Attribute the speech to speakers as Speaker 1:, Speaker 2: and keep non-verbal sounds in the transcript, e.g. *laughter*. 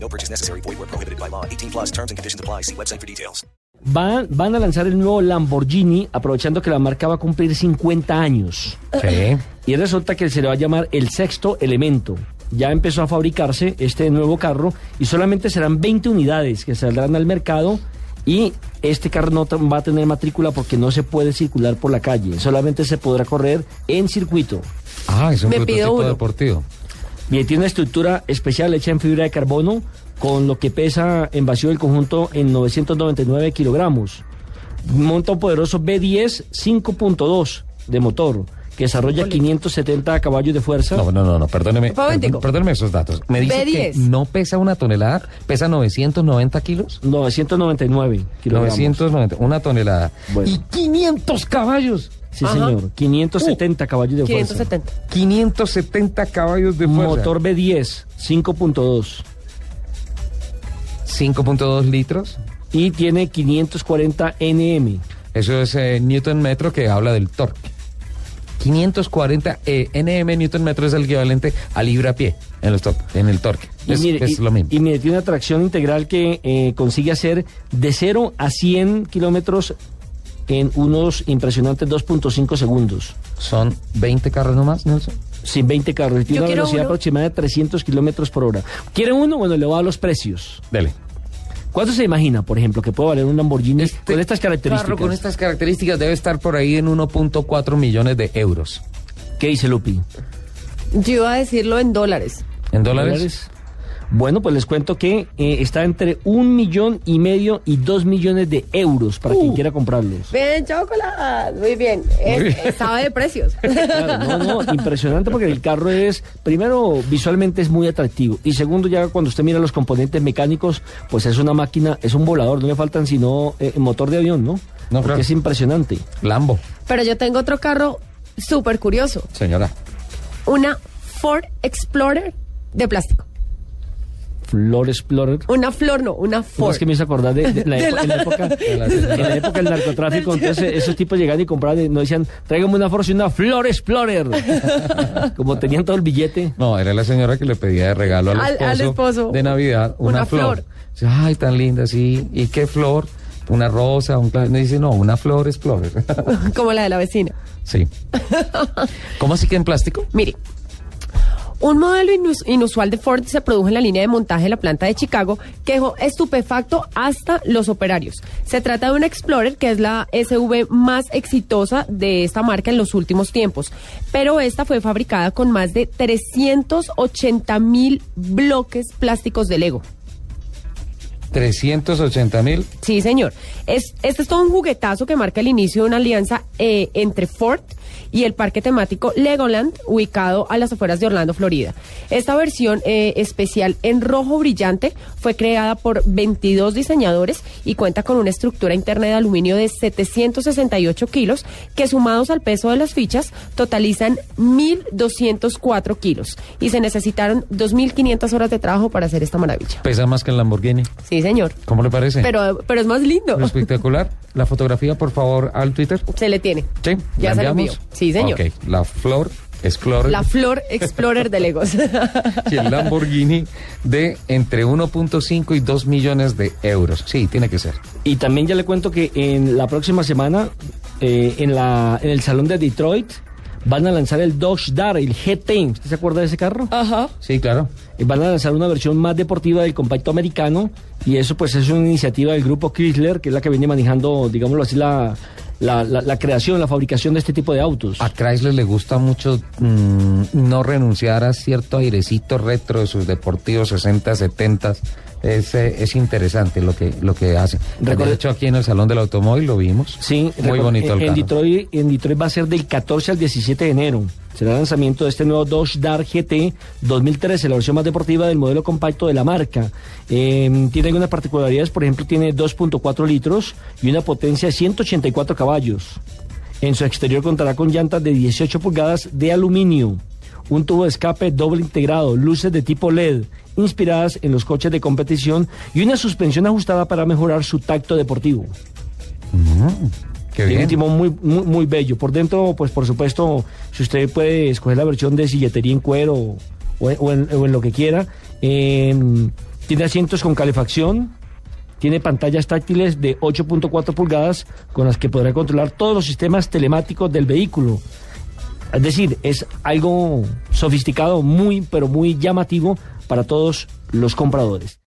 Speaker 1: No purchase necessary. Void where prohibited by law. 18 plus terms and conditions apply. See website for details.
Speaker 2: Van, van a lanzar el nuevo Lamborghini aprovechando que la marca va a cumplir 50 años.
Speaker 3: Sí.
Speaker 2: Y resulta que se le va a llamar el sexto elemento. Ya empezó a fabricarse este nuevo carro y solamente serán 20 unidades que saldrán al mercado. Y este carro no tan- va a tener matrícula porque no se puede circular por la calle. Solamente se podrá correr en circuito.
Speaker 3: Ah, es un
Speaker 4: Me pido
Speaker 3: prototipo
Speaker 4: uno.
Speaker 3: deportivo.
Speaker 2: Bien, tiene una estructura especial hecha en fibra de carbono, con lo que pesa en vacío del conjunto en 999 kilogramos. Monta un poderoso B10 5.2 de motor, que desarrolla 570 caballos de fuerza.
Speaker 3: No, no, no, no, perdóneme.
Speaker 4: favor,
Speaker 3: perdón-
Speaker 4: Tico.
Speaker 3: perdóneme esos datos. Me dice que
Speaker 4: B10.
Speaker 3: no pesa una tonelada, pesa 990 kilos.
Speaker 2: 999 kilogramos.
Speaker 3: 990, una tonelada.
Speaker 2: Bueno.
Speaker 3: Y 500 caballos.
Speaker 2: Sí,
Speaker 4: Ajá.
Speaker 2: señor. 570 caballos de fuerza.
Speaker 4: 570.
Speaker 3: 570 caballos Uh, de fuerza.
Speaker 2: Motor B10 5.2
Speaker 3: 5.2 litros.
Speaker 2: y tiene 540 Nm.
Speaker 3: Eso es eh, Newton metro que habla del torque. 540 eh, nm Newton metro es el equivalente a libra pie en, los tor- en el torque.
Speaker 2: Y
Speaker 3: es
Speaker 2: mire,
Speaker 3: es
Speaker 2: y-
Speaker 3: lo mismo.
Speaker 2: y mire, tiene una tracción integral que eh, consigue hacer de 0 a 100 kilómetros en unos impresionantes 2.5 segundos,
Speaker 3: Son 20 carros nomás, Nelson.
Speaker 2: sin 20 carros. Y Tiene
Speaker 4: Yo
Speaker 2: una
Speaker 4: quiero
Speaker 2: velocidad
Speaker 4: uno.
Speaker 2: aproximada de 300 kilómetros por hora. ¿Quiere uno? Bueno, le voy a dar los precios.
Speaker 3: Dele.
Speaker 2: ¿Cuánto se imagina, por ejemplo, que puede valer un Lamborghini
Speaker 3: Este
Speaker 2: con estas características?
Speaker 3: Carro con estas características debe estar por ahí en 1.4 millones de euros.
Speaker 2: ¿Qué dice Lupi?
Speaker 4: Yo iba a decirlo en dólares.
Speaker 3: ¿En dólares?
Speaker 2: Bueno, pues les cuento que eh, está entre un millón y medio y dos millones de euros para
Speaker 3: Uh.
Speaker 2: quien quiera comprarlos.
Speaker 4: Bien, chocolate. Muy bien. Es- sabe de precios. *laughs*
Speaker 2: Claro, no, no, impresionante porque el carro es, primero, visualmente es muy atractivo y segundo, ya cuando usted mira los componentes mecánicos, pues es una máquina, es un volador, no le faltan sino eh, motor de avión, ¿no?
Speaker 3: No,
Speaker 2: Porque
Speaker 3: claro.
Speaker 2: es impresionante.
Speaker 3: Lambo,
Speaker 4: Pero yo tengo otro carro súper curioso.
Speaker 3: señora.
Speaker 4: Una Ford Explorer de plástico.
Speaker 2: Flor Explorer.
Speaker 4: Una flor, no, una
Speaker 2: No,
Speaker 4: Ford.
Speaker 2: es que me hice acordar de, de la,
Speaker 4: *laughs* De
Speaker 2: epo-
Speaker 4: la-
Speaker 2: en la época, en la época del narcotráfico, entonces esos tipos llegaban y compraban, y no decían, tráigame una Ford, sino una Flor Explorer. *laughs* Como tenían todo el billete.
Speaker 3: No, era la señora que le pedía de regalo al
Speaker 4: Al-
Speaker 3: esposo,
Speaker 4: al esposo.
Speaker 3: de Navidad una,
Speaker 4: Una
Speaker 3: flor.
Speaker 4: flor.
Speaker 3: Dice, Ay, tan linda, sí. ¿Y qué flor? Una rosa, un clave. Dice, no, una flor *laughs* explorer.
Speaker 4: *laughs* Como la de la vecina.
Speaker 3: sí. ¿Cómo así que en plástico?
Speaker 4: Mire, un modelo inus- inusual de Ford se produjo en la línea de montaje de la planta de Chicago que dejó estupefacto hasta los operarios. Se trata de una Explorer que es la SUV más exitosa de esta marca en los últimos tiempos, pero esta fue fabricada con más de 380 mil bloques plásticos de Lego.
Speaker 3: 380 mil.
Speaker 4: Sí, señor. Es, este es todo un juguetazo que marca el inicio de una alianza eh, entre Ford y el parque temático Legoland, ubicado a las afueras de Orlando, Florida. Esta versión eh, especial en rojo brillante fue creada por 22 diseñadores y cuenta con una estructura interna de aluminio de 768 kilos, que sumados al peso de las fichas totalizan 1.204 kilos. Y se necesitaron 2.500 horas de trabajo para hacer esta maravilla.
Speaker 3: Pesa más que el Lamborghini.
Speaker 4: Sí, señor.
Speaker 3: ¿Cómo le parece?
Speaker 4: Pero, Eh. pero es más lindo.
Speaker 3: Espectacular. La fotografía, por favor, al Twitter.
Speaker 4: Se le tiene.
Speaker 3: Sí,
Speaker 4: Ya
Speaker 3: ¿la
Speaker 4: se lo
Speaker 3: enviamos?
Speaker 4: envío. Sí, señor.
Speaker 3: Ok, la flor explorer.
Speaker 4: La Flor Explorer de Legos.
Speaker 3: y el Lamborghini de entre 1.5 y 2 millones de euros. Sí, tiene que ser.
Speaker 2: Y también ya le cuento que en la próxima semana, eh, en, la, en el salón de Detroit, van a lanzar el Dodge Dart, el GT. ¿Usted se acuerda de ese carro?
Speaker 4: Ajá.
Speaker 3: Sí, claro.
Speaker 2: Eh, Van a lanzar una versión más deportiva del compacto americano. Y eso pues es una iniciativa del grupo Chrysler, que es la que viene manejando, digámoslo así, la, la, la- la creación, la fabricación de este tipo de autos.
Speaker 3: A Chrysler le gusta mucho mm, no renunciar a cierto airecito retro de sus deportivos 60, 70, es, eh, es interesante lo que, lo que hacen.
Speaker 2: Recuerde-
Speaker 3: De hecho, aquí en el Salón del Automóvil lo vimos.
Speaker 2: Sí,
Speaker 3: Muy
Speaker 2: recuerda-
Speaker 3: bonito el
Speaker 2: en, en
Speaker 3: carro.
Speaker 2: Detroit, en Detroit va a ser del 14 al 17 de enero. Será el lanzamiento de este nuevo Dodge Dart GT 2013, la versión más deportiva del modelo compacto de la marca. Eh, tiene algunas particularidades, por ejemplo, tiene 2.4 litros y una potencia de 184 caballos. En su exterior contará con llantas de 18 pulgadas de aluminio, un tubo de escape doble integrado, luces de tipo LED inspiradas en los coches de competición y una suspensión ajustada para mejorar su tacto deportivo.
Speaker 3: Qué
Speaker 2: Tiene
Speaker 3: bien.
Speaker 2: un timón muy, muy, muy bello. Por dentro, pues por supuesto, si usted puede escoger la versión de silletería en cuero o, o en, o en lo que quiera. Eh, tiene asientos con calefacción. Tiene pantallas táctiles de 8.4 pulgadas con las que podrá controlar todos los sistemas telemáticos del vehículo. Es decir, es algo sofisticado, muy, pero muy llamativo para todos los compradores.